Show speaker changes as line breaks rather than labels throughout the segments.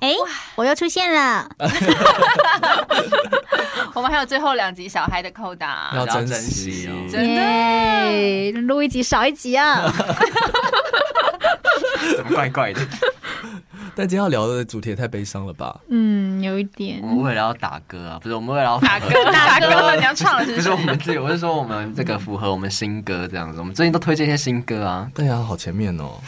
哎，我又出现了，
我们还有最后两集小孩的扣打，
要珍
珍
惜
惜
哦
哦。
真的。
耶！录一集少一集 啊。
怎么怪怪的？
但今天要聊的主题也太悲伤了吧？
嗯，有一点
我。们为了要打歌啊，不是我们为了要
大哥，大哥，你要唱了是
不
不
是
是
我？们自己，我是说我们这个符合我们新歌这样子。我们最近都推荐一些新歌啊，
大家好前面哦，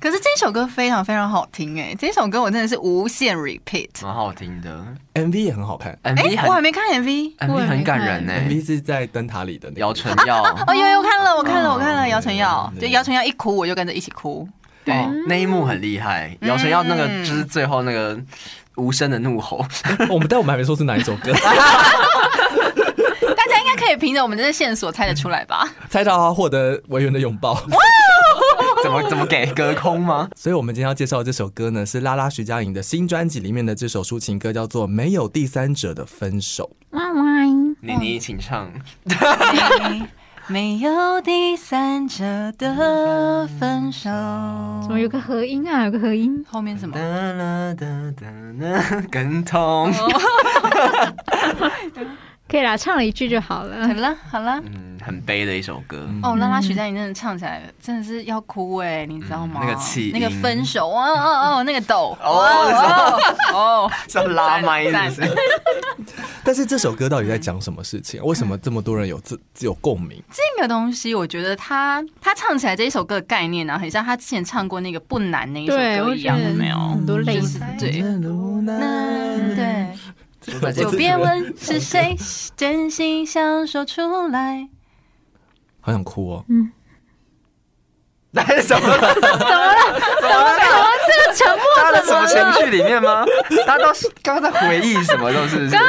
可是这首歌非常非常好听哎、这首歌我真的是无限 repeat。
蛮好听的。
MV 也很好看。
哎、
MV
我还
很
没看 MV。
MV 很感人欸呢、
MV 是在灯塔里的那
哎
个
姚晨耀
哦，有有看了，我看了，我看了。
嗯
姚晨耀，
对
就姚晨耀一哭，我就跟着一起哭。对，
哦那一幕很厉害，姚晨耀那个就是最后那个无声的怒吼，
我们但我们还没说是哪一首歌，
大家应该可以凭着我们这些线索猜得出来吧？
猜到他获得委员的拥抱。
怎么怎么给隔空吗？
所以我们今天要介绍的这首歌呢，是拉拉徐佳莹的新专辑里面的这首抒情歌，叫做《没有第三者的分手
哇哇！
妮妮请唱，
没有第三者的分手。
怎么有个合音啊？有个合音。
后面什么
哒？啦哒哒啦，更痛。
可以啦，唱了一句就好了
好。了好了，
嗯，很悲的一首歌。
嗯
哦，拉拉徐佳莹真的唱起来真的是要哭哎，你知道吗？
嗯那个气音
那个分手，哦哦哦，那个 抖，
哦
哦哦，
是要拉麦是不是？》。
但是这首歌到底在讲什么事情？为什么这么多人有自有共鸣？
这个东西，我觉得他他唱起来这一首歌的概念呢、啊很像他之前唱过那个不难那一首
对，
歌
我
一
觉
样，
得
有没有？
很多类似。
对那
对，
对，
我
就别问 是谁，真心想说出来。
好想哭哦。
嗯
那 是什么？哦
这个沉 默
他的什么情绪里面吗？大家都是刚刚在回忆什么？都是不是
到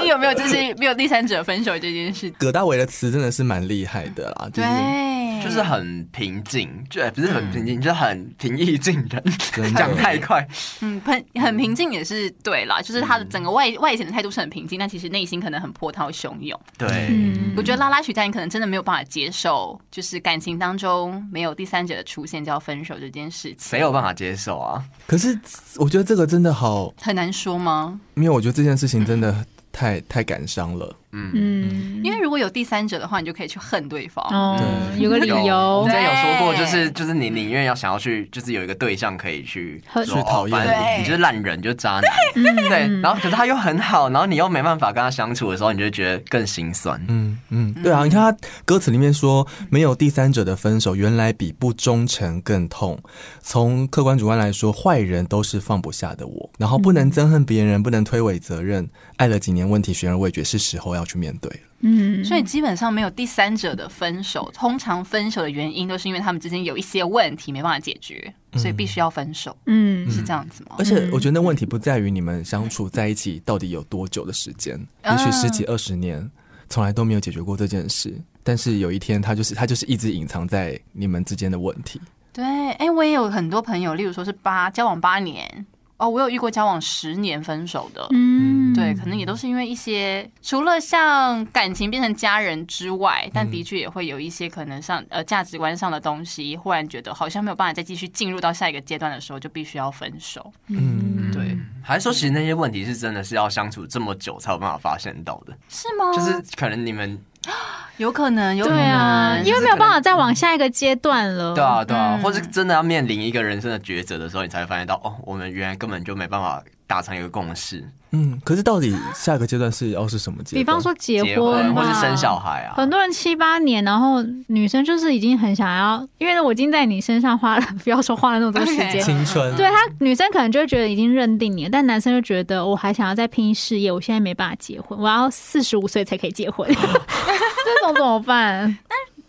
底有没有就是没有第三者分手这件事？
葛大为的词真的是蛮厉害的啦，就是
对，
就是很平静，就哎不是很平静，就是很平易近
嗯真
人。
的
讲太快，
嗯，很很平静也是对啦，就是
嗯
他的整个外外显的态度是很平静，但其实内心可能很波涛汹涌。
对，
嗯
我，觉得拉拉曲家你可能真的没有办法接受，就是感情当中没有第三者的出现就要分手这件事情，
谁有办法接受啊？
可是我觉得这个真的好，
很难说吗？
因为我觉得这件事情真的太太感伤了。
嗯，
嗯，
因为如果有第三者的话，你就可以去恨对方。
哦，
对
有个理
我
由
之。前有说过，
对
就是就是你宁愿要想要去，就是有一个对象可以去
很
说
去讨
哦
厌
反正
对
你就是烂人，你就是渣男。
嗯
对，然后可是他又很好，然后你又没办法跟他相处的时候，你就觉得更心酸。
嗯嗯，对啊，你看他歌词里面说，没有第三者的分手，原来比不忠诚更痛。从客观主观来说，坏人都是放不下的我，然后不能憎恨别人，不能推诿责任。爱了几年，问题悬而未决，是时候要去面对了。
嗯，
所以基本上没有第三者的分手，通常分手的原因都是因为他们之间有一些问题没办法解决，所以必须要分手，
嗯，
是这样子吗
而？且我觉得那问题不在于你们相处在一起到底有多久的时间，
嗯
也许十几二十年，从来都没有解决过这件事。但是有一天，他就是他就是一直隐藏在你们之间的问题。
对，哎、我也有很多朋友，例如说是八交往八年，哦，我有遇过交往十年分手的，
嗯，
对，可能也都是因为一些除了像感情变成家人之外，但的确也会有一些可能
嗯
上呃价值观上的东西，忽然觉得好像没有办法再继续进入到下一个阶段的时候，就必须要分手。
嗯，
对，
还是说，其实那些问题是真的是要相处这么久才有办法发现到的，
是吗？
哦
就是可能你们
嗯
有可能，有可
对啊，
能，
因为没有办法再往下一个阶段了。
对啊对啊，
嗯
或是真的要面临一个人生的抉择的时候，你才会发现到哦，我们原来根本就没办法达成一个共识，
嗯，可是到底下个阶段是要是什么阶
比
段？
方说结
结
婚啊
婚
嘛
或是生小孩啊，
很多人七八年，然后女生就是已经很想要，因为我已经在你身上花了，不要说花了那么多时间
OK
青春，
对她女生可能就会觉得已经认定你了，但男生就觉得我还想要再拼事业，我现在没办法结婚，我要四十五岁才可以结婚，这种怎么办？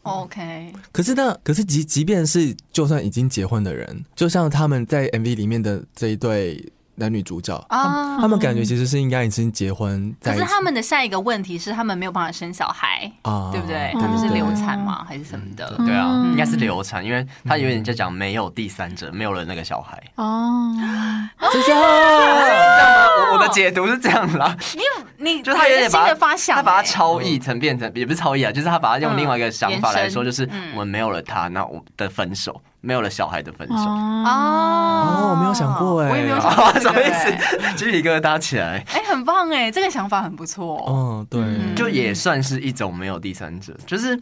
哦 OK，
可是那可是即即便是就算已经结婚的人，就像他们在 MV 里面的这一对男女主角，
啊。
他们感觉其实是应该已经结婚
可
在一
是
起，
他们的下一个问题是，他们没有办法生小孩，
啊
对不对？
哦
他们是流产吗？还是什么的？
对啊，
嗯
应该是流产，因为他有点在讲没有第三者，没有了那个小孩。
哦，
谢谢
哦
啊
我我的解读是这样啦，
你
就是他有点
哦新
把
的
它
发想
他
欸，
把它超译成变成，也不是超译啊，就是他把它用
嗯
另外一个想法来说，
延
就
伸
是我们没有了他，那我的分手，没有了小孩的分手。
哦
哦我没有想过欸
我也没有想 过
啊，
这
什
个
么意
欸，
思？鸡皮疙瘩起来，
哎，很棒哎，这个想法很不
哦
错。
嗯，对，
嗯
就也算是一种没有第三者，就是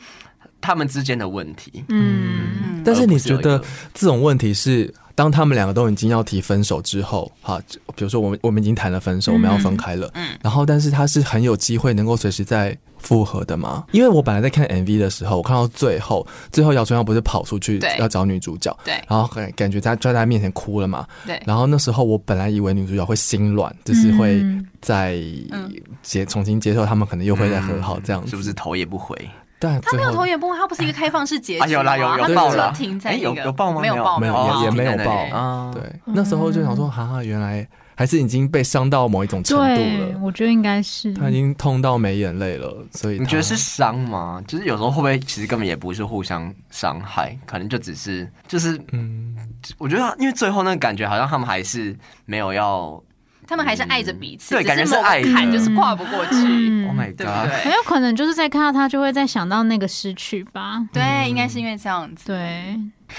他们之间的问题。
嗯，
嗯
但是你
而不有
觉
一
得
个
这种问题是，当他们两个都已经要提分手之后，哈，比如说我们我们已经谈了分手，我们要分开了，
嗯
然后但是他是很有机会能够随时再复合的嘛？因为我本来在看 MV 的时候，我看到最后，最后姚春耀不是跑出去
对
要找女主角，
对
然后感感觉在在他面前哭了嘛，
对，
然后那时候我本来以为女主角会心软，就是会
嗯
再
嗯
接重新接受，他们可能又会再和好这样
嗯是
子，
不是头也不回？
但
他
最
没有
后
头也不回，他不是一个开放式结 局吗
啊有啦有有
他
报
只
啦
是停在
哎，
一个
有有报吗？
没有报，
没有也也没有报
啊。
对，那时候就想说，哈、哈，原来还是已经被伤到某一种程度
对，
了，
我觉得应该是，
他已经痛到没眼泪了，所
你
以他
觉得是伤吗？就是有时候会不会其实根本也不是互相伤害，可能就只是就是
嗯，
我觉得，因为最后那个感觉好像他们还是没有要
他们还是爱着彼
嗯
此，
对
只
感觉
是
是
某
爱
个
着
坎就是跨不过去，
嗯
，Oh my
对不
God，
对
很？有可能就是在看到他，就会再想到那个失去吧。
对，应该是因为这样
嗯
子。
对，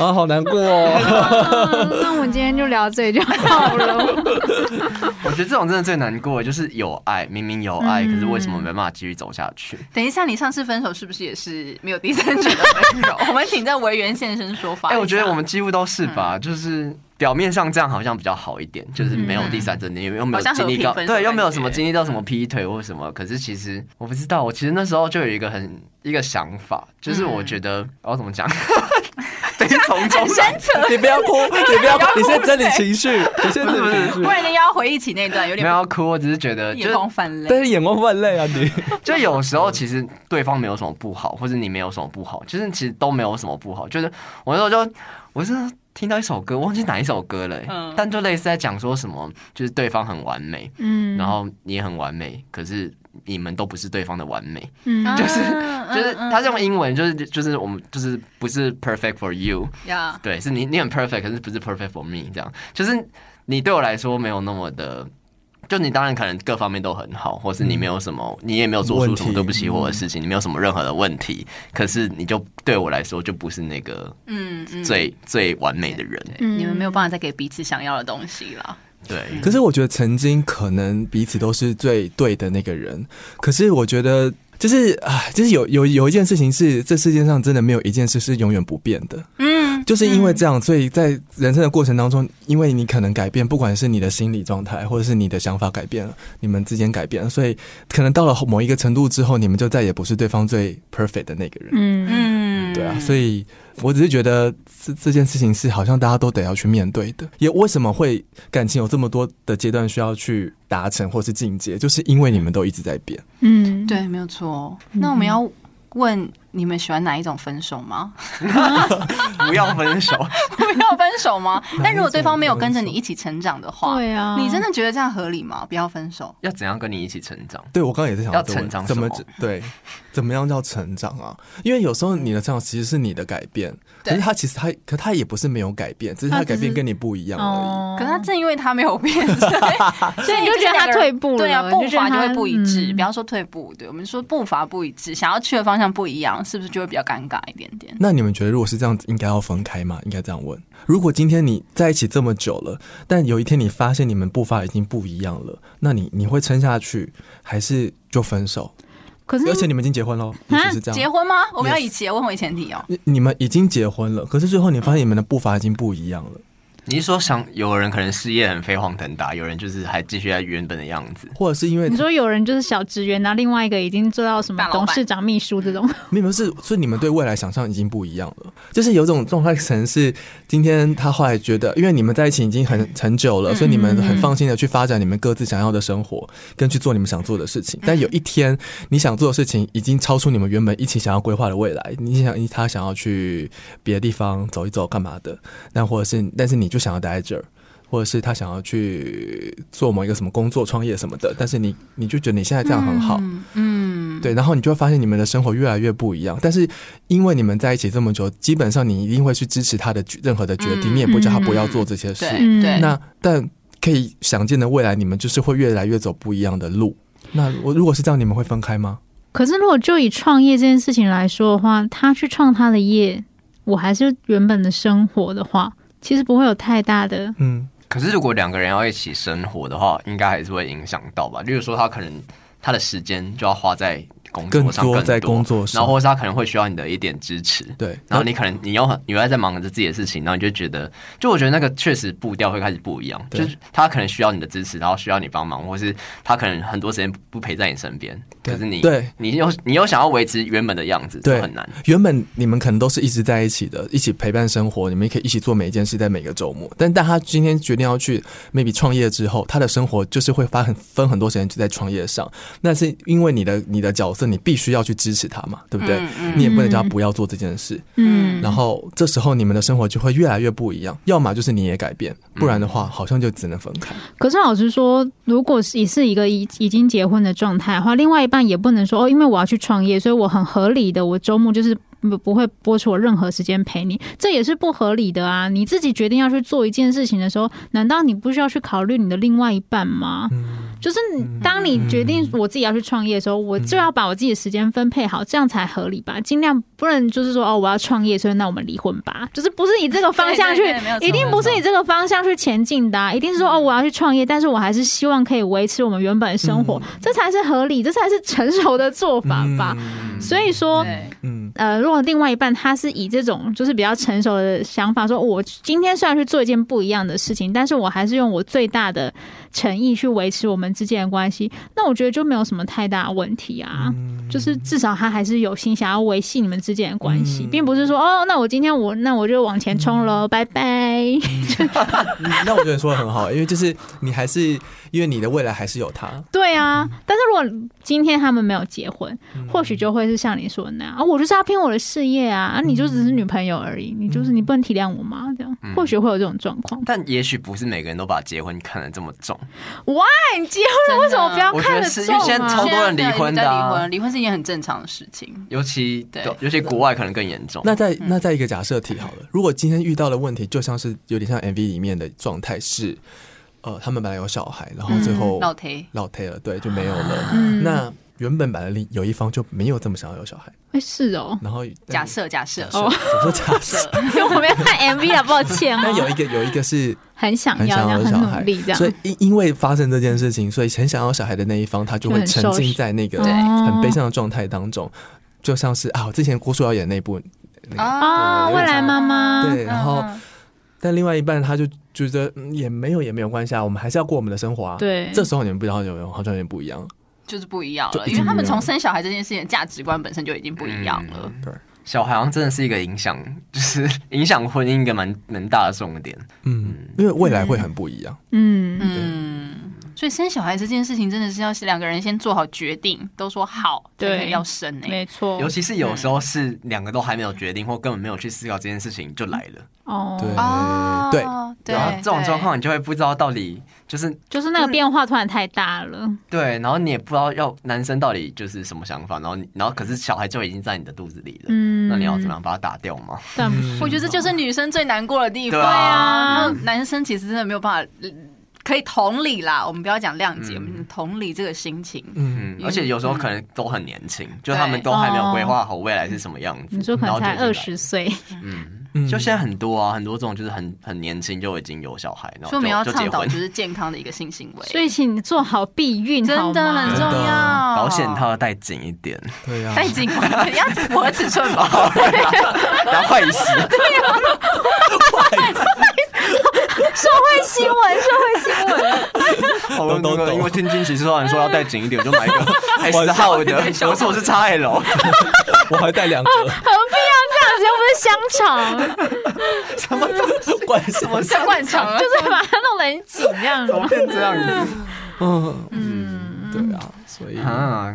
啊，好难过哦。
啊 那我们今天就聊这里就好 了。
我觉得这种真的最难过，就是有爱，明明有爱，可
嗯
是为什么没办法继续走下 去？
等一下，你上次分手是不是也是没有第三者 的温柔？我们请在维园现身说法一
哎、
下。嗯
我觉得我们几乎都是吧，就是表面上这样好像比较好一点，就是没有第三者，你又没
好
有
像
经历到，
和平分手
对，又没有
感觉嗯
什么经历到什么劈腿或什么。可是其实我不知道，我其实那时候就有一个很一个想法，就是我觉
嗯
得我要怎么讲， 得从中来。
你不要哭，你不要哭，你先整理情绪，你先整理情
忽
绪。
然间要回忆起那段，有
没
点
有要哭，我只是觉得就
眼
是
眶泛泪。
但是眼光泛泪啊，你
就有时候其实对方没有什么不好，或者你没有什么不好，就是其实都没有什么不好。就是我那时候就我是听到一首歌，忘记哪一首歌了、欸
嗯
但就类似在讲说什么，就是对方很完美，
嗯，
然后你也很完美，可是你们都不是对方的完美。
嗯，
就是
嗯
就是他是用英文，就是就是我们就是不是 perfect for you，
呀，
对，是你你很 perfect，可是不是 perfect for me，这样就是你对我来说没有那么的，就你当然可能各方面都很好，或是你没有什么，
嗯
你也没有做出什
问
么
题
对不起我的事情，你没有什么任何的问题，可是你就对我来说就不是那个
嗯嗯，
最、最完美的人，
嗯
你们没有办法再给彼此想要的东西了。
对，
可是我觉得曾经可能彼此都是最对的那个人，可是我觉得就是啊，就是有有有一件事情是这世界上真的没有一件事是永远不变的，
嗯，
就是因为这样，所以在人生的过程当中，因为你可能改变，不管是你的心理状态，或者是你的想法改变了，你们之间改变了，所以可能到了某一个程度之后，你们就再也不是对方最 perfect 的那个人。
嗯
嗯，
对啊，所以我只是觉得这这件事情是好像大家都得要去面对的。也为什么会感情有这么多的阶段需要去达成或是进阶，就是因为你们都一直在变。
嗯，
对，没有错。哦那我们要问你们喜欢哪一种分手吗？
不要分手，
不要分手吗？但如果对方没有跟着你
哪一
一起
种分手
成长的话，
对啊，
你真的觉得这样合理吗？不要分手。
要怎样跟你一起成长？
对，我刚刚也在想
要
这个
成
问
长
怎么
什么
对， 怎么样叫成长啊？因为有时候你的成长其实是你的改变，可
对
是他其实他可他也不是没有改变，只是
他
他
只
改变
是
跟你不一样而已。
哦，
可是他正因为他没有 变，所以所以
你就觉得他退步了
对啊，
你就
步
觉得
伐就
他
会不一致。
嗯
不要说退步，对我们说步伐不一致，想要去的方向不一样，是不是就会比较尴尬一点点？
那你们觉得，如果是这样子，应该要分开吗？应该这样问。如果今天你在一起这么久了，但有一天你发现你们步伐已经不一样了，那你你会撑下去，还是就分手？
可是
而且你们已经结婚了，也许是这
结
样。
婚吗？我们要
Yes
以结婚为前提哦。
你你们已经结婚了，可是最后你发现你们的步伐已经不一样了，
你是说想有人可能事业很飞黄腾达，有人就是还继续在原本的样子？
或者是因为
你说有人就是小职员，然后另外一个已经做到什么
大老板
董事长、秘书这种，
没有，是是你们对未来想象已经不一样了，就是有种状态，可能是今天他后来觉得，因为你们在一起已经很很久了，所以你们很放心的去发展你们各自想要的生活，跟去做你们想做的事情。但有一天，你想做的事情已经超出你们原本一起想要规划的未来，你想他想要去别的地方走一走干嘛的，那或者是但是你就想要待在这儿。或者是他想要去做某一个什么工作、创业什么的，但是你你就觉得你现在这样很好，
嗯嗯，
对，然后你就会发现你们的生活越来越不一样。但是因为你们在一起这么久，基本上你一定会去支持他的决任何的决定，
嗯
你也不会叫他不要做这些事。
对
嗯
对，
那但可以想见的未来，你们就是会越来越走不一样的路。那我如果是这样，你们会分开吗？
可是如果就以创业这件事情来说的话，他去创他的业，我还是原本的生活的话，其实不会有太大的。
嗯，
可是如果两个人要一起生活的话，应该还是会影响到吧？例如说，他可能他的时间就要花在工作上
更多
多
在工作上
然后或是他可能会需要你的一点支持。
对。
然后你可能你要很你又在忙着自己的事情，然后你就觉得，就我觉得那个确实步调会开始不一样，
对
就是他可能需要你的支持，然后需要你帮忙，或是他可能很多时间不陪在你身边，
对
可是你
对
你又你又想要维持原本的样子，
对
就很难。
原本你们可能都是一直在一起的，一起陪伴生活，你们也可以一起做每一件事，在每个周末。但但他今天决定要去 maybe 创业之后，他的生活就是会花很分很多时间就在创业上。那是因为你的你的角色，你必须要去支持他嘛，对不对？
嗯嗯
你也不能叫他不要做这件事。
嗯，
然后这时候你们的生活就会越来越不一样，要么就是你也改变，不然的话好像就只能分开。
可是老实说，如果是也是一个已已经结婚的状态的话，另外一半也不能说哦，因为我要去创业，所以我很合理的，我周末就是不不会播出我任何时间陪你，这也是不合理的啊！你自己决定要去做一件事情的时候，难道你不需要去考虑你的另外一半吗？
嗯
就是当你决定我自己要去创业的时候，我就要把我自己的时间分配好，这样才合理吧？尽量不能就是说哦，我要创业，所以那我们离婚吧，就是不是以这个方向去
对对对没有，嗯错
一定不是以这个方向去前进的啊、一定是说哦，我要去创业，但是我还是希望可以维持我们原本的生
嗯
活，这才是合理，这才是成熟的做法吧。所以说。
对
嗯，
呃，如果另外一半他是以这种就是比较成熟的想法，说我今天虽然去做一件不一样的事情，但是我还是用我最大的诚意去维持我们之间的关系，那我觉得就没有什么太大问题啊。
嗯
嗯
就是至少他还是有心想要维系你们之间的关系，
嗯
并不是说哦，那我今天我那我就往前冲喽，拜拜。
嗯那我觉得你说的很好，因为就是你还是因为你的未来还是有他，
对啊，但是如果今天他们没有结婚，或许就会是像你说的那样啊，我就是要拼我的事业啊，啊你就只是女朋友而已，你就是你不能体谅我吗？这样或许会有这种状况。
但也许不是每个人都把结婚看得这么重，
哎，你结婚了为什么不要
我觉
看
得
得
是
重
因为现在超
啊？
多人离婚的啊
现在离婚，离婚是一件很正常的事情。
尤其
对
尤其国外可能更严重。
那在那在一个假设题好了，如果今天遇到的问题就像是有点像 MV 里面的状态是，呃，他们本来有小孩，然后最
哦
后
嗯老忒
老胎了，对，就没有了。
嗯
那原本本来另有一方就没有这么想要有小孩，
哎是哦，
然后
假设假设
假
哦
设，假设假设，
因为我没有看 MV 啊，抱歉
但有
哦。
一个有一个是
很想
很
要，
想
这
要
样
有
很
小
努
孩
力，这，样
所以因因为发生这件事情，所以很想要小孩的那一方，他就
就
会
很
沉
受
浸
伤
在那个
对
很悲伤的状态当中，就像是啊，我之前郭书瑶演那部，
哦，未来妈妈，
对，然后
嗯
但另外一半他就觉得嗯也没有也没有关系啊，我们还是要过我们的生活啊。，
对，
这时候你们不知道有好像有点不一样，
就是不一样
就
了，
已
因
经
为他
不一
们
样
从
了
生小孩这件事情的价值观本身就已经不一样了。
对，
嗯小孩好像真的是一个影响，就是 影响婚姻一个蛮蛮大的重点。
嗯，因为未来会很不一样，
嗯，
嗯，所以生小孩这件事情真的是要是两个人先做好决定，都说好，
对
才可以要生哎、
没错
尤，其是有时候是两个都还没有决定，或根本没有去思考这件事情就来了。
哦，
对
哦，
对
对，
然后这种
对
状，况你就会不知道到底就是
就是那个变化突然太大了，
对，然后你也不知道要男生到底就是什么想法，然后你然后可是小孩就已经在你的肚子里了，
嗯
那你要怎么样把它打掉吗？
但不
嗯
我觉得这就是女生最难过的地方。
嗯对啊
然后男生其实真的没有办法，呃可以同理啦，我们不要讲谅解，
嗯
我们同理这个心情。
嗯，
嗯，而且有时候可能都很年轻，就他们
对
都还没有规划好未来是什么样子。
嗯哦你说可能才
然后
二
就已经
十岁，
来了，嗯，
嗯
就现在很多啊，很多这种就是很很年轻就已经有小孩，然
所以我
后
们要
就就
倡
结
导
婚
就。是健康的一个性行为，
所以请你做好避孕，
欸真的
好吗
很重
真的
要。
保险套要戴紧一点，
对啊呀，
戴紧吗？ 你要我的尺寸吗？
然后坏死。
社会新闻，社会新闻。
好
都都懂
因为听金喜说，你说要戴紧一点，我就买一个 S 号的。我说我是 XL，
我还带两个，
啊何必要这样子？又不是香
什么
怪什么？
在灌肠
肠，就是把它弄得很紧这 样。
怎么变这样子？
嗯嗯，对啊，所以
啊，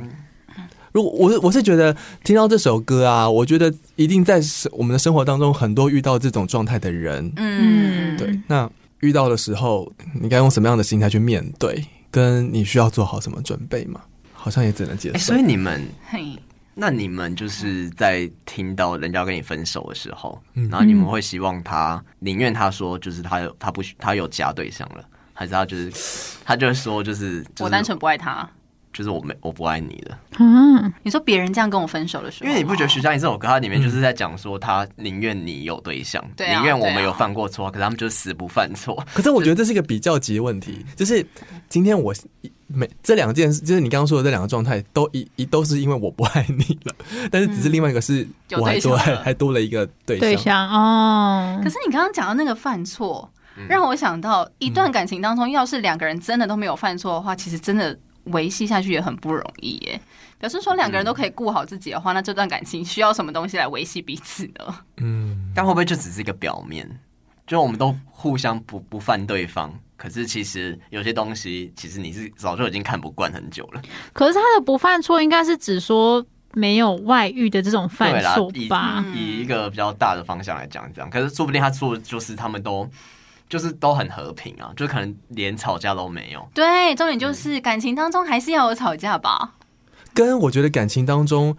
如果我是我是觉得听到这首歌啊，我觉得一定在我们的生活当中很多遇到这种状态的人，
嗯，
对，那遇到的时候，你该用什么样的心态去面对，跟你需要做好什么准备嘛？好像也只能接
哎、
受。
所以你们，
嘿，
那你们就是在听到人家跟你分手的时候，然后你们会希望他宁愿他说就是他有他不他有假对象了，还是他就是他就是说就是、就是、
我单纯不爱他。
就是我没我不爱你了。
嗯，
你说别人这样跟我分手的时候
因
吗，
为你不觉得徐佳莹这首歌，它里面就是在讲说，她宁愿你有对象，
对啊
宁愿我
对
们
啊
有犯过错，可是他们就死不犯错。
可是我觉得这是一个比较级问题，就是今天我每这两件事，就是你刚刚说的这两个状态，都一一都是因为我不爱你了， 但是只是另外一个是
有
我还
对象
多还
了
还多了一个对
对
象。
象
嗯
哦
可，是你刚刚讲到那个犯错，让我想到一段感情当中，要是两个人真的都没有犯错的话，其实真的维系下去也很不容易耶。表示说两个人都可以顾好自己的话，那这段感情需要什么东西来维系彼此呢？
嗯，
但会不会就只是一个表面？就我们都互相不不犯对方，可是其实有些东西，其实你是早就已经看不惯很久了。
可是他的不犯错应该是指说没有外遇的这种
对
犯
啦
错，
以
吧？
以一个比较大的方向来讲，这样，可是说不定他做的就是他们都就是都很和平啊，就可能连吵架都没有。
对，重点就是感情当中还是要有吵架吧。
跟我觉得感情当中，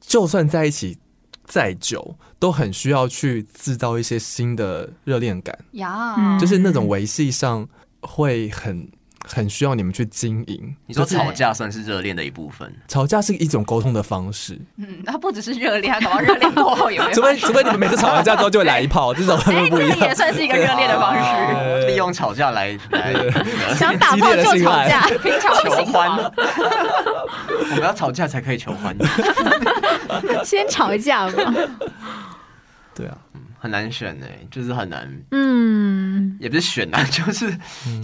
就算在一起再久，都很需要去制造一些新的热恋感，
呀、
嗯
就是那种维系上会很很需要你们去经营。
你说
就是
吵架算是热恋的一部分，
吵架是一种沟通的方式，
嗯，它不只是热恋，它搞到热恋过后也会
除非
发生。
除非你们每次吵完架之后就会来一炮， 这种
哎，
会不
这
一样
也。算是一个热恋的方式。
哦利用吵架来来
想打
激
炮
烈的
就
性
吵
爱
架，
平常不
求
行
欢
吗？，
我们要吵架才可以求欢，
先吵架吧。
对啊，
很难选呢、欸就是很难，
嗯，
也不是选啊， 就是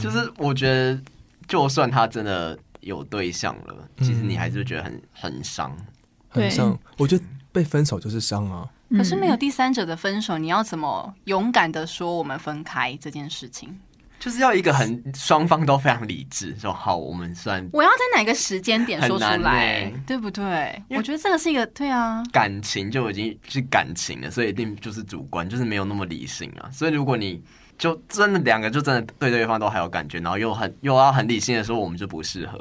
就是我觉得，就算他真的有对象了，其实你还是觉得很很伤。
很
对
像。我觉得被分手就是伤啊。
嗯
可是没有第三者的分手，你要怎么勇敢的说我们分开这件事情？
就是要一个很双方都非常理智，说好，我们算
我要在哪个时间点说出
很难
来
欸，
对不对？
因为
我觉得这个是一个对啊，
感情就已经是感情了，所以一定就是主观，就是没有那么理性啊。所以如果你就真的两个就真的对对方都还有感觉，然后又很又要很理性的说我们就不适合，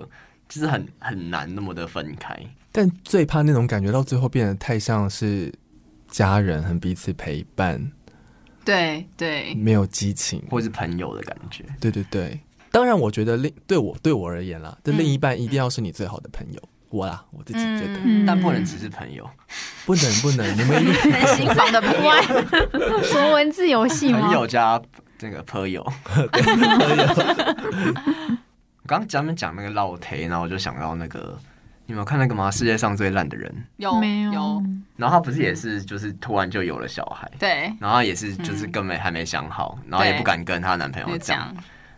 就是很很难那么的分开。
但最怕那种感觉到最后变得太像是家人，很彼此陪伴，
对对，
没有激情。
或是朋友的感觉。
对对对，当然我觉得另对我对我而言啦，这另一半一定要是你最好的朋友。我啦，我自己觉得、
嗯
但不能只是朋友，
不能不能，你 们一定
很心房的朋友，
什么文字游戏吗
朋？友加那个朋友。我刚刚咱们讲那个老忒，然后我就想到那个，你们有看那个吗？世界上最烂的人，
有
没有
有，
然后他不是也是就是突然就有了小孩，
对，
然后她也是就是根本还没想好，然后也不敢跟她男朋友
就这
讲
样，，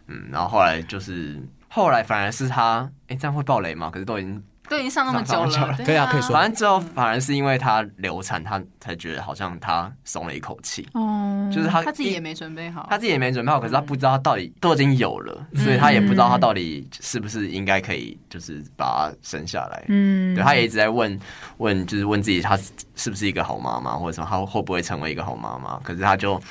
嗯，然后后来就是后来反而是她，哎，这样会爆雷吗？可是都已经，
都已经上那么久
上上
了，
可以啊
啊，
可以说
反正最后反而是因为她流产，她才觉得好像她松了一口气，
哦，
就是她
他自己
一
也没准备好
他，自己也没准备好，可是他不知道他到底都已经有了，所以他也不知道他到底是不是应该可以，就是把他生下来。
嗯，
对，他也一直在问问，就是问自己，他是不是一个好妈妈，或者什么，他会不会成为一个好妈妈？可是他就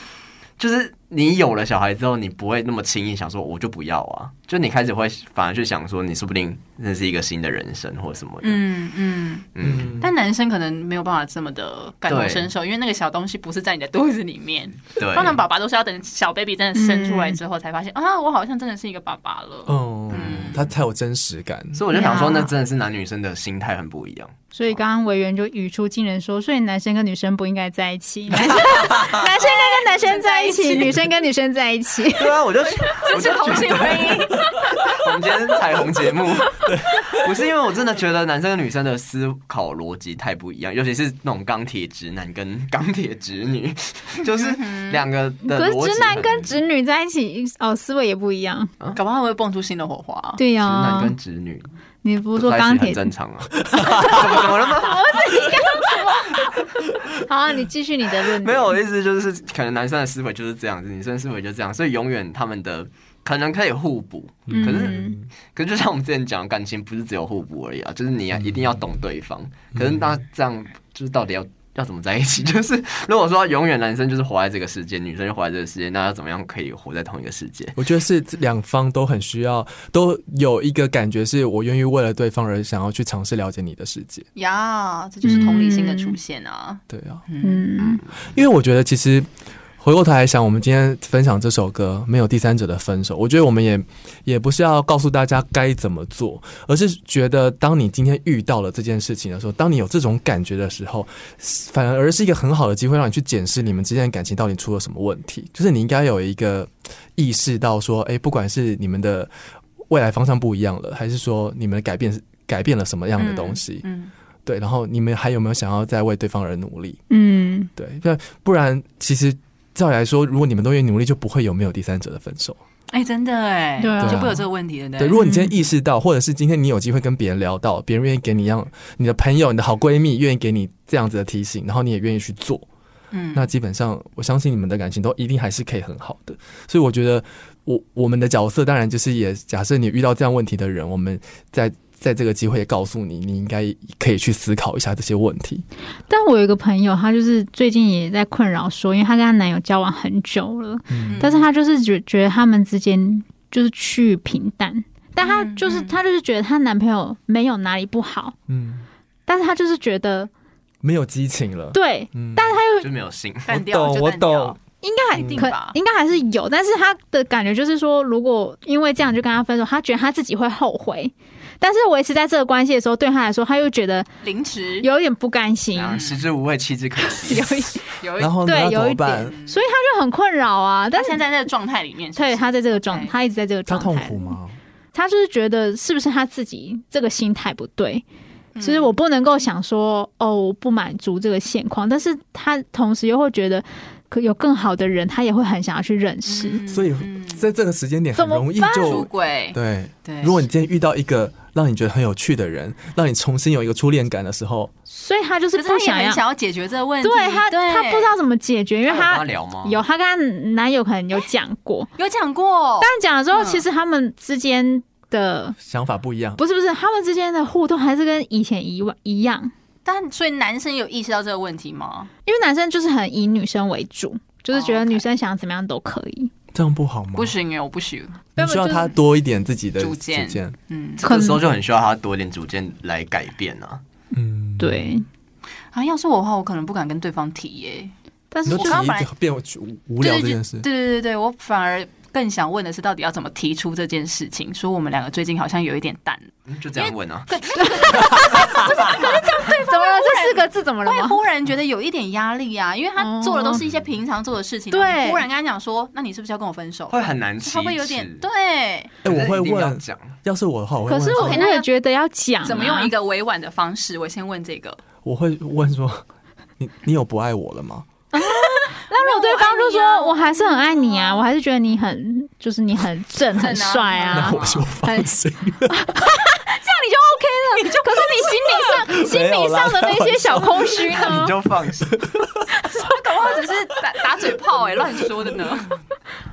就是你有了小孩之后，你不会那么轻易想说我就不要啊，就你开始会反而去想说，你说不定那是一个新的人生或什么的。
嗯嗯。
嗯，
但男生可能没有办法这么的感同身受，因为那个小东西不是在你的肚子里面。
对。
通常爸爸都是要等小 baby 真的生出来之后，才发现、啊，我好像真的是一个爸爸了。
嗯，他才有真实感。
所以我就想说，
对啊
那真的是男女生的心态很不一样。
所以刚刚委员就语出惊人说，所以男生跟女生不应该在一起，男生男生跟男生在一起，女生跟女生在一起。
对啊，我就
这是同性婚 姻，
我们今天是彩虹节目，不是因为我真的觉得男生跟女生的思考逻辑太不一样，尤其是那种钢铁直男跟钢铁直女， 就是两个的
可是
逻辑
直男
很
跟直女在一起，哦，思维也不一样。
搞不好会蹦出新的火花。
对呀、
哦直男跟直女
你哦不是说
在一起
钢
很
铁？
正常啊？怎么了吗？
好、你继续你的论点。
没有，我的意思就是，可能男生的思维就是这样子，女生的思维就这样，所以永远他们的可能可以互补，
嗯，
可是可是就像我们之前讲，感情不是只有互补而已啊，就是你要一定要懂对方。可是那这样就是到底要要怎么在一起？ 就是如果说永远男生就是活在这个世界，女生就活在这个世界，那要怎么样可以活在同一个世界？
我觉得是两方都很需要，都有一个感觉，是我愿意为了对方而想要去尝试了解你的世界。
呀，这就是同理心的出现啊！
对啊，
嗯，
因为我觉得其实回过头来想，我们今天分享这首歌《没有第三者的分手》，我觉得我们也也不是要告诉大家该怎么做，而是觉得当你今天遇到了这件事情的时候，当你有这种感觉的时候，反而是一个很好的机会，让你去检视你们之间的感情到底出了什么问题。就是你应该有一个意识到说，哎，不管是你们的未来方向不一样了，还是说你们改变是改变了什么样的东西，
嗯，
对，然后你们还有没有想要再为对方而努力？
嗯，
对，不不然其实照理来说，如果你们都愿意努力，就不会有没有第三者的分手。
哎，真的哎，
对啊
就不会有这个问题，对不
对，
对？
如果你今天意识到，或者是今天你有机会跟别人聊到，别人愿意给你让你的朋友、你的好闺蜜愿意给你这样子的提醒，然后你也愿意去做，
嗯，
那基本上我相信你们的感情都一定还是可以很好的。所以我觉得我我们的角色当然就是也假设你遇到这样问题的人，我们在。在这个机会也告诉你，你应该可以去思考一下这些问题。
但我有一个朋友，她就是最近也在困扰说，因为她跟她男友交往很久了，
嗯
但是她就是觉觉得他们之间就是趋于平淡，但她就
嗯
是
嗯
她就是觉得她男朋友没有哪里不好，
嗯，
但是她就是觉得
没有激情了。
对，
嗯，
但是她又
就没有性，
淡掉
我懂
就淡掉
我懂
应该还
嗯
一定
可
吧
应该还是有，但是她的感觉就是说，如果因为这样就跟他分手，她觉得她自己会后悔。但是维持在这个关系的时候，对她来说，她又觉得
凌迟
有点不甘心，
嗯
然后食之无味，弃之可惜。
嗯 有一
有一嗯
然后呢
对
要怎
有
么
一
办？
所以她就很困扰啊。但
他
是
现在在这个状态里面，是不
对
是
她在这个状，
对
她一直在这个
他
状态，
痛苦？吗？
她就是觉得是不是她自己这个心态不对，
嗯
所以我不能够想说哦，我不满足这个现况，但是她同时又会觉得可有更好的人，她也会很想要去认识。
嗯
所以
嗯
在这个时间点很
怎么
容易
办
出
就
轨，
对。
对，
如果你今天遇到一个让你觉得很有趣的人，让你重新有一个初恋感的时候，
所以她就是
可是他
不
也
想
很
要，
想要解决这个问题，
对她
对
她不知道怎么解决，因为
有跟他
她
聊吗？
有她跟她男友可能有讲过，
有讲过，
但讲了之后，
哦嗯
其实他们之间的。
想法不一样，
不是不是，他们之间的互动还是跟以前一万一样，
但所以男生有意识到这个问题吗？
因为男生就是很以女生为主，就是觉
哦
得
，OK
女生想怎么样都可以。
这样不好吗？
不，行耶，我不行，
你需要他多一点自己的
主
主
见
见。
嗯
这个时候就很需要他多一点主见来改变啊。
嗯，。
对，
啊，要是我的话，我可能不敢跟对方提耶，
但
你
是
说
就
提
我刚刚本来
一变无无聊
对
这
对
件
对
事，
对对对，我反而更想问的是，到底要怎么提出这件事情？说我们两个最近好像有一点淡，
嗯就这样问啊，
怎么了？这四个字怎么了
会
吗？
忽然觉得有一点压力啊，因为他做的都是一些平常做的事情，
哦对
你忽然跟他讲说，那你是不是要跟我分手？
会很难启齿。
会不会有点对？
哎，我会
一定要
问，
讲，
要是我的话，我会
可
问
是
说，
我
可以
我也觉得要讲啊，
怎么用一个委婉的方式？我先问这个，
我会问说，你你有不爱我了吗？
那如果对方就
我爱你啊
说我还是很爱你啊，我还是觉得你很就是你很正很
正啊
帅
那
啊，
我就放心，
这样你就 OK 了。可是你心理上
没
心
有
理
啦
上的那些小空虚呢
你？就放心。
搞不好只是打 打嘴炮哎、乱说的呢。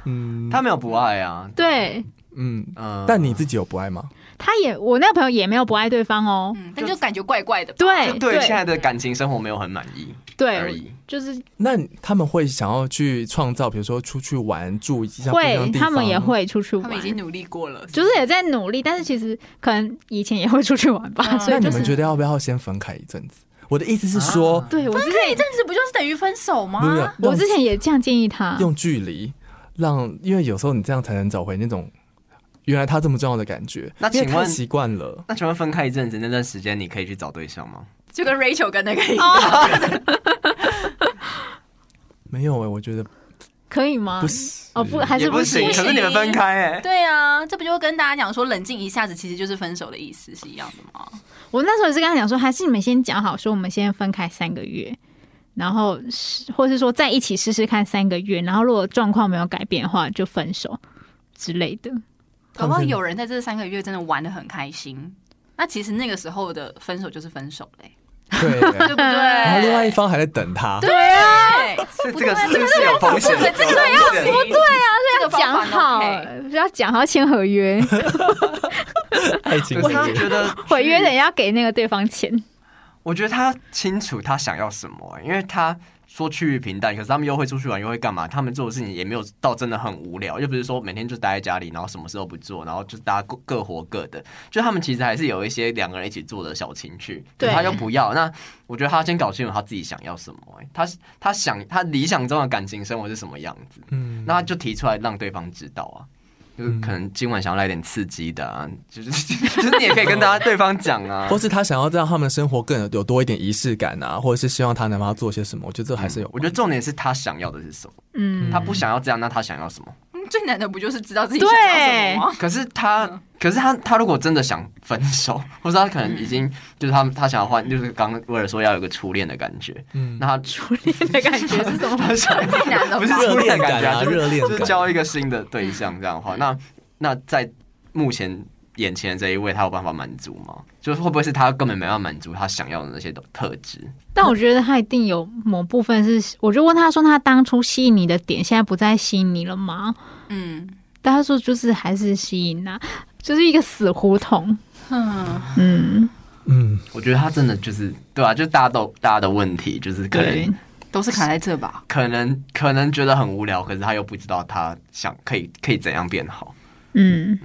嗯，
他没有不爱啊，
对，
嗯，
嗯，
但你自己有不爱吗？
他也我那个朋友也没有不爱对方哦，
嗯，但就感觉怪怪的吧。
对
对现在的感情生活没有很满意而
对，
已。
就是
那他们会想要去创造，比如说出去玩，住一下不一样
会
的地
他们也
方
会出去
他
玩
们已，经努力过了，
就是也在努力，但是其实可能以前也会出去玩吧，
嗯
所
那
以
你
就
们
是
觉得要不要先分开一阵子？我的意思是说，
啊
对我之前
这样子不就是等于分手吗？
没有没有，
我
让
之前也这样建议
啊
他，
用距离让，因为有时候你这样才能找回那种原来他这么重要的感觉。
那
因为
请问
太习惯了，
那请问分开一阵子那段时间，你可以去找对象吗？
就跟 Rachel 跟那个一样，
没有哎、我觉得
可以吗
嗯不？是
哦不，还
也
是
不
行
行，。可是你们分开哎，
对啊，这不就跟大家讲说冷静一下子，其实就是分手的意思是一样的吗？
我那时候也是跟他讲说，还是你们先讲好，说我们先分开三个月，然后是或是说在一起试试看三个月，然后如果状况没有改变的话，就分手之类的。
搞不好有人在这三个月真的玩的很开心，那其实那个时候的分手就是分手 嘞、
对、
对不对？
然后另外一方还在等他，
对啊，
这
不
这个
对
是这个是有风险的，
这个要
对
不对啊，这个方
讲
法
好
OK，，
要讲好签合约，
爱情
我是觉得
毁约的人要给那个对方钱。
我觉得他清楚他想要什么、因为他说趋于平淡，可是他们又会出去玩，又会干嘛？他们做的事情也没有到真的很无聊，又不是说每天就待在家里，然后什么事都不做，然后就大家各各活各的。就他们其实还是有一些两个人一起做的小情趣，
对
可是他又不要。那我觉得他先搞清楚他自己想要什么、哎他他想他理想中的感情生活是什么样子，
嗯，
那他就提出来让对方知道啊。就是可能今晚想要来点刺激的啊，就是 就是你也可以跟大家对方讲啊，
或是他想要让他们生活更有多一点仪式感啊，或者是希望他能帮他做些什么，我觉得这还是有
嗯我觉得重点是他想要的是什么，
嗯
他不想要这样，那他想要什么？
嗯最难的不就是知道自己想要什么吗？
可是他，可是他，他如果真的想分手，或者他可能已
嗯
经就是他，他想要换，就是刚刚威尔说要有一个初恋的感觉，
嗯
那他初
的感觉是 什么？
他 想
太难了
不是
吧？
初恋的感觉
热恋感啊
就是
热恋感
就是交一个新的对象这样的话，那那在目前眼前这一位，他有办法满足吗？就是会不会是他根本没办法满足他想要的那些特质？
但我觉得他一定有某部分是，我就问他说，那他当初吸引你的点，现在不再吸引你了吗？
嗯
但他说就是还是吸引啊，就是一个死胡同。
嗯，
嗯，
嗯，
我觉得他真的就是对啊，就是大家都大家的问题，就是可能
对，
都是卡在这吧？
可能可能觉得很无聊，可是他又不知道他想可以可以怎样变好。
嗯，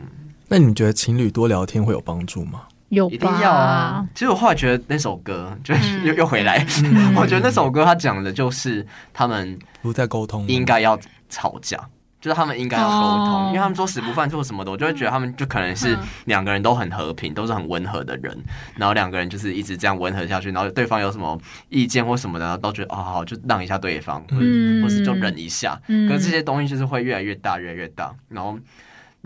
那你们觉得情侣多聊天会有帮助吗？
有
一定
吧？
要啊！其实我后来觉得那首歌就是
嗯
又、又回来，
嗯
我觉得那首歌他讲的就是他们
如在沟通吗，
应该要吵架，就是他们应该要沟通，
哦
因为他们说死不犯错什么的，我就会觉得他们就可能是两个人都很和平，都是很温和的人，然后两个人就是一直这样温和下去，然后对方有什么意见或什么的，都觉得哦好就让一下对方，或者、
嗯
或是就忍一下，
嗯
可是这些东西就是会越来越大，越来越大，然后。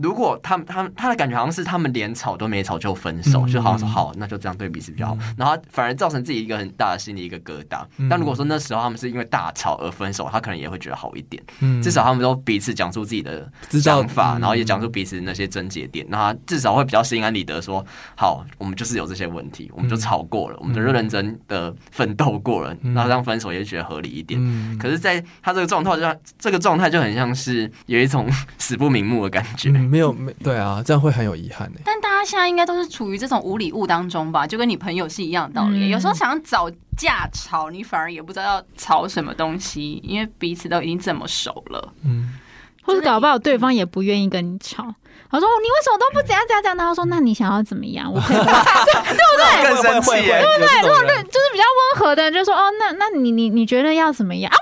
如果他们、他们、他的感觉好像是他们连吵都没吵就分手，
嗯
就好像说好，那就这样对彼此比较好，然后他反而造成自己一个很大的心理一个疙瘩。
嗯
但如果说那时候他们是因为大吵而分手，他可能也会觉得好一点。
嗯
至少他们都彼此讲出自己的
知道
想法，
嗯
然后也讲出彼此那些症结点，那他至少会比较心安理得说，好，我们就是有这些问题，我们就吵过了，我们就认真的奋斗过了，
嗯
那这样分手也觉得合理一点。
嗯
可是，在他这个状态，就像这个状态就很像是有一种 死不瞑目的感觉。
嗯没有没对啊，这样会很有遗憾呢。
但大家现在应该都是处于这种无礼物当中吧，就跟你朋友是一样的道理。
嗯
有时候想要找架吵，你反而也不知道要吵什么东西，因为彼此都已经这么熟了。
嗯，
或者搞不好对方也不愿意跟你吵。他说：“你为什么都不怎样怎样怎样？”然后说：“那你想要怎么样？”我可以就
对更生气耶
对对，如果对
是比较温和的人就说：“哦，那那你你你觉得要怎么样啊？”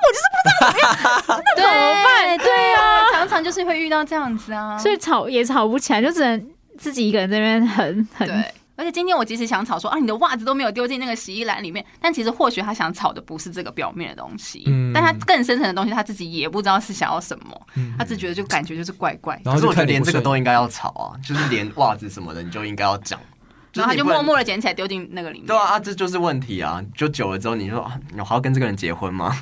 对，怎么办？对啊，常常就是会遇到这样子啊。
我所以吵也吵不起来，就只能自己一个人这边很很
对。而且今天我即使想吵说啊，你的袜子都没有丢进那个洗衣篮里面，但其实或许他想吵的不是这个表面的东西，
嗯
但他更深层的东西他自己也不知道是想要什么，他只觉得就感觉就是怪怪的，
可
然后
是
就
我觉得
看你
连
不
这个
顺
都应该要吵啊，就是连袜子什么的，你就应该要讲。
然后
是
他
你
就
不能
默默的捡起来丢进那个里面。
对啊，啊，这就是问题啊！就久了之后，你就说啊，我还要跟这个人结婚吗？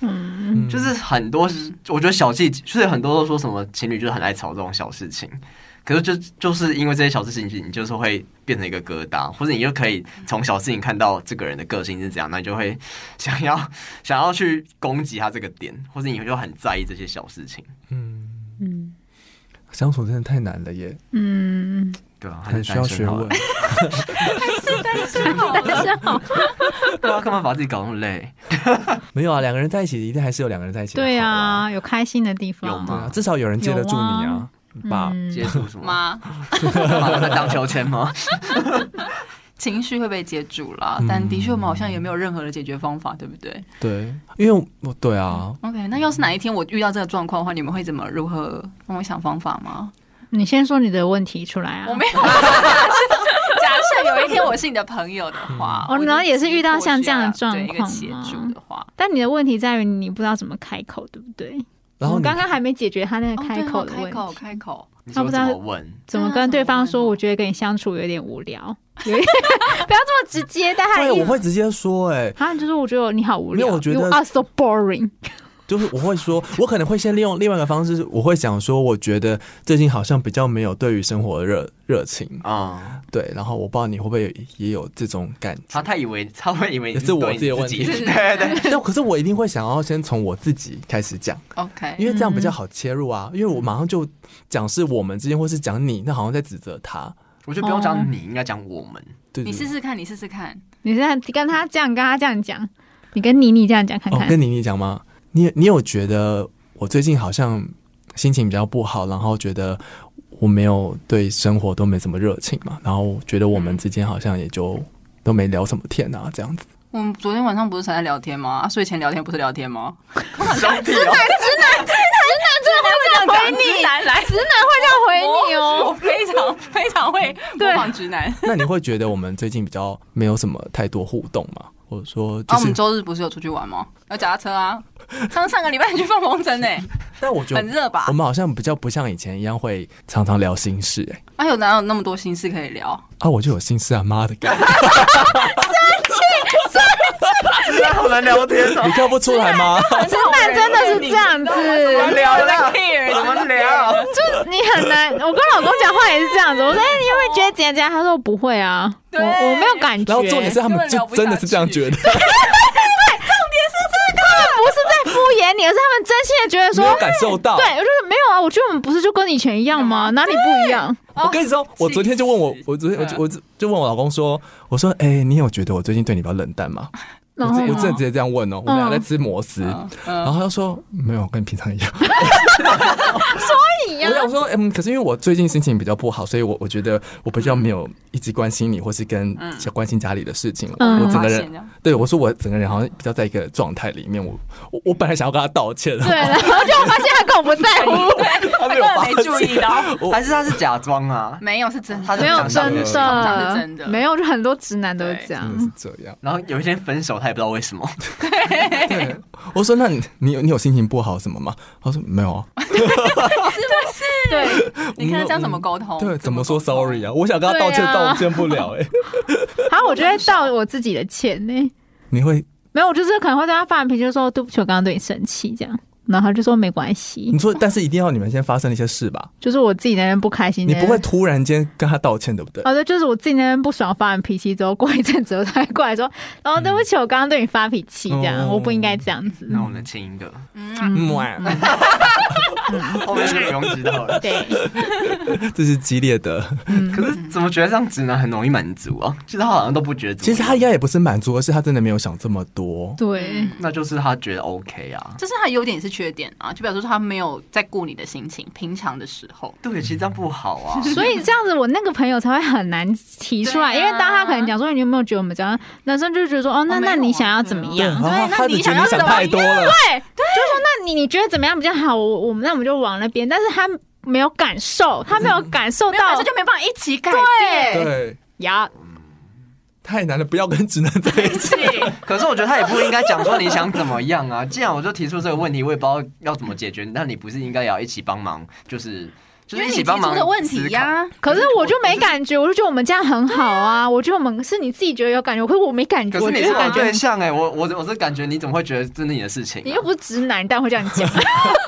嗯，
眼，
就是很多是，我觉得小细节，就是很多都说什么情侣就是很爱吵这种小事情，可是就就是因为这些小事情，你就是会变成一个疙瘩，或者你就可以从小事情看到这个人的个性是怎样，那你就会想要 想要去攻击他这个点，或者你就很在意这些小事情，
嗯，
嗯
相处真的太难了耶，
嗯，
对啊，
很需要学问。。
但是好，
对啊，干嘛把自己搞那么累？
没有啊，两个人在一起一定还是有两个人在一起的好
对啊，有开心的地
有
方，
对
吗
啊，至少有人接得住你
有
啊
啊，
爸。
嗯
接触什么？
妈，
把在荡秋千吗？
情绪会被接住啦，
嗯
但的确我们好像也没有任何的解决方法，对不对
对，因为我对啊，
？OK，那要是哪一天我遇到这个状况的话，你们会怎么如何帮我想方法吗？
你先说你的问题出来啊。
我没有。假设有一天我是你的朋友的话，
嗯哦然后也是遇到像这样的状
对
况
一个协助的话，
但你的问题在于你不知道怎么开口，对不对？
然后
我们
你
刚刚还没解决他那
哦
个开口的
对
问
开
题，
口开 口，
你说怎么问？
怎么跟对方说？我觉得跟你相处有点 无聊，有一不要这么直接。但他
对，
的意
我
思
会直接说，哎，
啊，就是我觉得你好无聊，
没有我觉得
you are so boring。
就是我会说，我可能会先利用另外一个方式，我会想说，我觉得最近好像比较没有对于生活的热热情，
啊、
对，然后我不知道你会不会也有这种感
他
觉。
太以为他会以为你
也是我
对你
自己的问题
对 对对，
但可是我一定会想要先从我自己开始讲，
OK，
因为这
嗯
样比较好切入啊。因为我马上就讲是我们之间，或是讲你，那好像在指责他。
我觉得不用讲你，应该讲我们。
对
你
对
试
对。
试看，你试试看，
你现在跟他这样，跟他这样讲，你跟妮妮这样讲看
哦，
看。
跟妮妮讲吗？你你有觉得我最近好像心情比较不好，然后觉得我没有对生活都没什么热情嘛，然后觉得我
嗯
们之间好像也就都没聊什么天啊，这样子。
我们昨天晚上不是才在聊天吗？啊睡前聊天不是聊天吗？
直男
这样回直男来，直男会
这样回你哦
我非常非常会模仿直男。
那你会觉得我们最近比较没有什么太多互动吗？或者说，
啊，
就
我们
是，
周日不是有出去玩吗？有脚踏车啊，上上个礼拜你去放风筝呢、
但我觉
很
得
热吧
我？们好像比较不像以前一样会常常聊心事、欸，哎，
哎呦，哪有那么多心事可以聊？
啊，我就有心事啊，妈的， 干
直男好难聊天哦
你，看不出来吗？
啊
直男真的是这样
怎么
子，
聊
我 在
了，
care
怎么聊？
就你很难。我跟老公讲话也是这样子，我说哎、你会不会觉得怎样怎样？他说我不会啊，我
对
我没有感觉。
然后重点是他们
根本聊
就
不下
真的是这样觉得，
不是在敷衍你，而是他们真心的觉得
没有
说，哦
感受到。
对，我就是没有啊，我觉得我们不是就跟以前一样吗？哪里不一样？
哦
我跟你说，我昨天就问我
气，死
我昨天我就
嗯
我就就问我老公说，我说，哎、你有觉得我最近对你比较冷淡吗？我
然后
真我
呢
真的直接这样问哦、我们俩在吃摩斯，
嗯
然后
嗯，
他就说没有，跟你平常一样。
一
我想说，嗯，可是因为我最近心情比较不好，所以我我觉得我比较没有一直关心你，或是跟想关心家里的事情。
嗯
我整个
发现这
人
样，
对我说，我整个人好像比较在一个状态里面。我我我本来想要跟他道歉，啊
对， 啊然后就发现他根本不在乎，
他没有
根
发
本没注
现。
意到，
还是他是假装啊？
没有是真
他
的。
是
没有真
假装
的，
是真的
没有，就很多直男都是这样
真。的是这样。
然后有一天分手，他也不知道为什么。
嗯
对，我说那你你有你有心情不好什么吗？他说没有啊。
对，
你哦看这样怎么沟通？
对，怎么说
沟通
sorry 啊？我想跟他道歉，
对啊
道歉不了哎。
然后我就会道我自己的歉呢、
你会
没有，我就是可能会对他发完脾气就说对不起，我刚刚对你生气这样，然后他就说没关系
你，说，但是一定要你们先发生一些事吧？
就是我自己那边不开心，
你不会。突然间跟他道歉，对不对？
哦，对，就是我自己那边不爽，发完脾气之后，过一阵子我才过来说，哦，对不起，我刚刚对你发脾气，这样、
哦
我不应该这样子。
那我们亲一个，
嗯，哇
嗯
后面就不用知道了。
对，
这是激烈的。
可是怎么觉得这样直男很容易满足啊？其实他好像都不觉得。
其实他应该也不是满足，而是他真的没有想这么多。
对，
那就是他觉得 OK 啊。
这是他的优点也是缺点啊，就表示说他没有在顾你的心情，平常的时候。
对，其实这样不好啊。
嗯
所以这样子，我那个朋友才会很难提出来，
对啊
因为当他可能讲说你有没有觉得我们这样，男生就觉得说哦，那、
哦没有啊
那你想要怎么
对
样？
然后
那
他
你
只觉
想
得你
要
想
怎么
太多了。
那你你觉得怎么样比较好？我我们那我们就往那边，但是他没有感受，他没有感受
没有，
到
这就没办法一起改变。
对，
呀，
太难了，不要跟直男在一 起。
可是我觉得他也不应该讲说你想怎么样啊。 既然我就提出这个问题，我也不知道要怎么解决，那你不是应该也要一起帮忙？就是就
因
是
为
一
你
起
提
帮忙
出的问题
思考
呀、
可是我就没感觉，我就觉得我们这样很好啊，我觉得我们是你自己觉得有感觉，可是我没感觉，
可
我
是你
觉
是
得
我
感
对
觉。
象哎、我我我是感觉你怎么会觉得这是你的事情啊、
你又不是啊直男，但会这样 讲，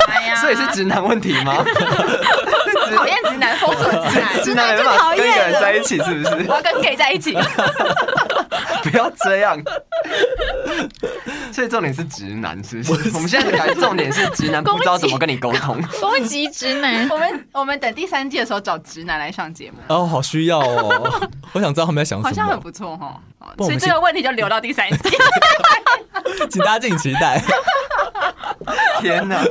哎呀
所以是直男问题 吗？是直
讨厌直男，封锁直男，
直男没办法跟一个人在一起，是不是
我？要跟 gay 在一起。
不要这样。所以重点是直男，是不是？我们现在讲重点是直男不知道怎么跟你沟 通。
攻击直男。
我们我们等第三季的时候找直男来上节目，
哦，好需 要哦。我想知道他们在想
好
什
像很
么，
不错哈。好
不我
所以
们
这个问题就留到第三季。
请大家敬请期待。
天哪！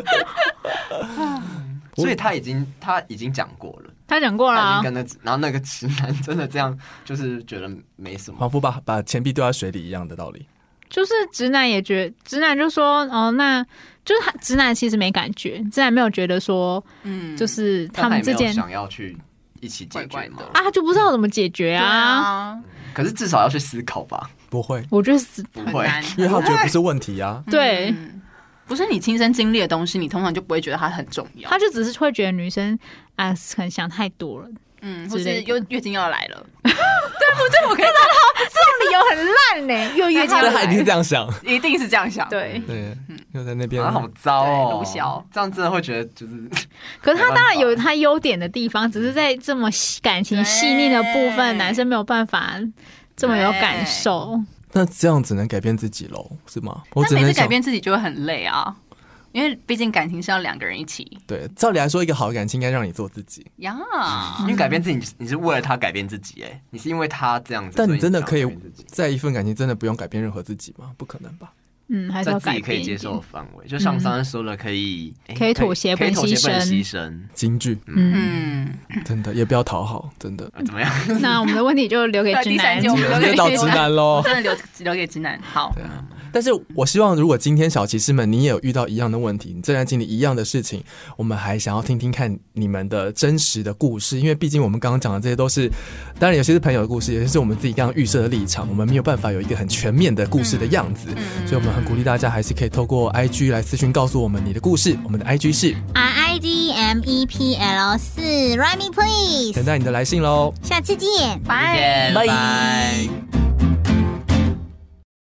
所以他已经他已经讲过了，
他讲过了
他已
啊
经，跟那直然后那个直男真的这样，就是觉得没什么。
仿佛把把钱币丢在水里一样的道理。
就是直男也觉直男就说哦，那就是他直男其实没感觉，直男没有觉得说
嗯，
就是
但
他
他
们
也没
之
有
间啊，啊
想要去一起解
怪
决
怪
嘛
的。
他就不知道怎么解决
对
啊。
啊，
可是至少要去思考吧，
不会，
我觉得是
不
很
会。
难。
因为他觉得不是问题啊。
对，
嗯不是你亲身经历的东西，你通常就不会觉得它很重要
他。就只是会觉得女生啊，可能想太多了，
嗯，
之
或是
类的
月月经要来了，对不对？我可以
理由很烂呢，又
越
越
界
界
对
但他一定是这样想。
一定是这样想。
对，
对，又在那边
啊，好糟
对
哦
卢！骁
这样真的会觉得就是
可是他当然有他优点的地方，只是在这么细感情细腻的部
对
分，男生没有办法这么有感受。
那这样只能改变自己喽，是吗？我
但
只
每
能
次改
想，
变自己就会很累啊。因为毕竟感情是要两个人一起
对，照理来说，一个好的感情应该让你做自己，
呀。
因为改变自己，你是为了他改变自己，哎，你是因为他这样子，
但
所
你真的
想
可以
改变自己
在一份感情真的不用改变任何自己吗？不可能吧？
嗯，还是
在
要
自
改
己可
变
以
一
接
点。
受的范围，就像刚才说了，可以哎
可以妥协
可以
不能
妥协不能
牺
牺牲，
京剧
嗯，
嗯，
真的也不要讨好，真 的。
呃怎么样？
那我们的问题就留给
对
直
第三
男
集。我们留给
又到直男喽。
真的留留给直男。好，
对啊， 但是我希望，如果今天小骑士们你也有遇到一样的问题，你正在经历一样的事情，我们还想要听听看你们的真实的故事，因为毕竟我们刚刚讲的这些都是，当然有些是朋友的故事，有些是我们自己刚刚预设的立场，我们没有办法有一个很全面的故事的样子，所以我们很鼓励大家还是可以透过 IG 来私讯告诉我们你的故事，我们的 IG 是
R I G M E P L 四 r i m e Please，
等待你的来信喽。
下次见。
拜。
拜拜。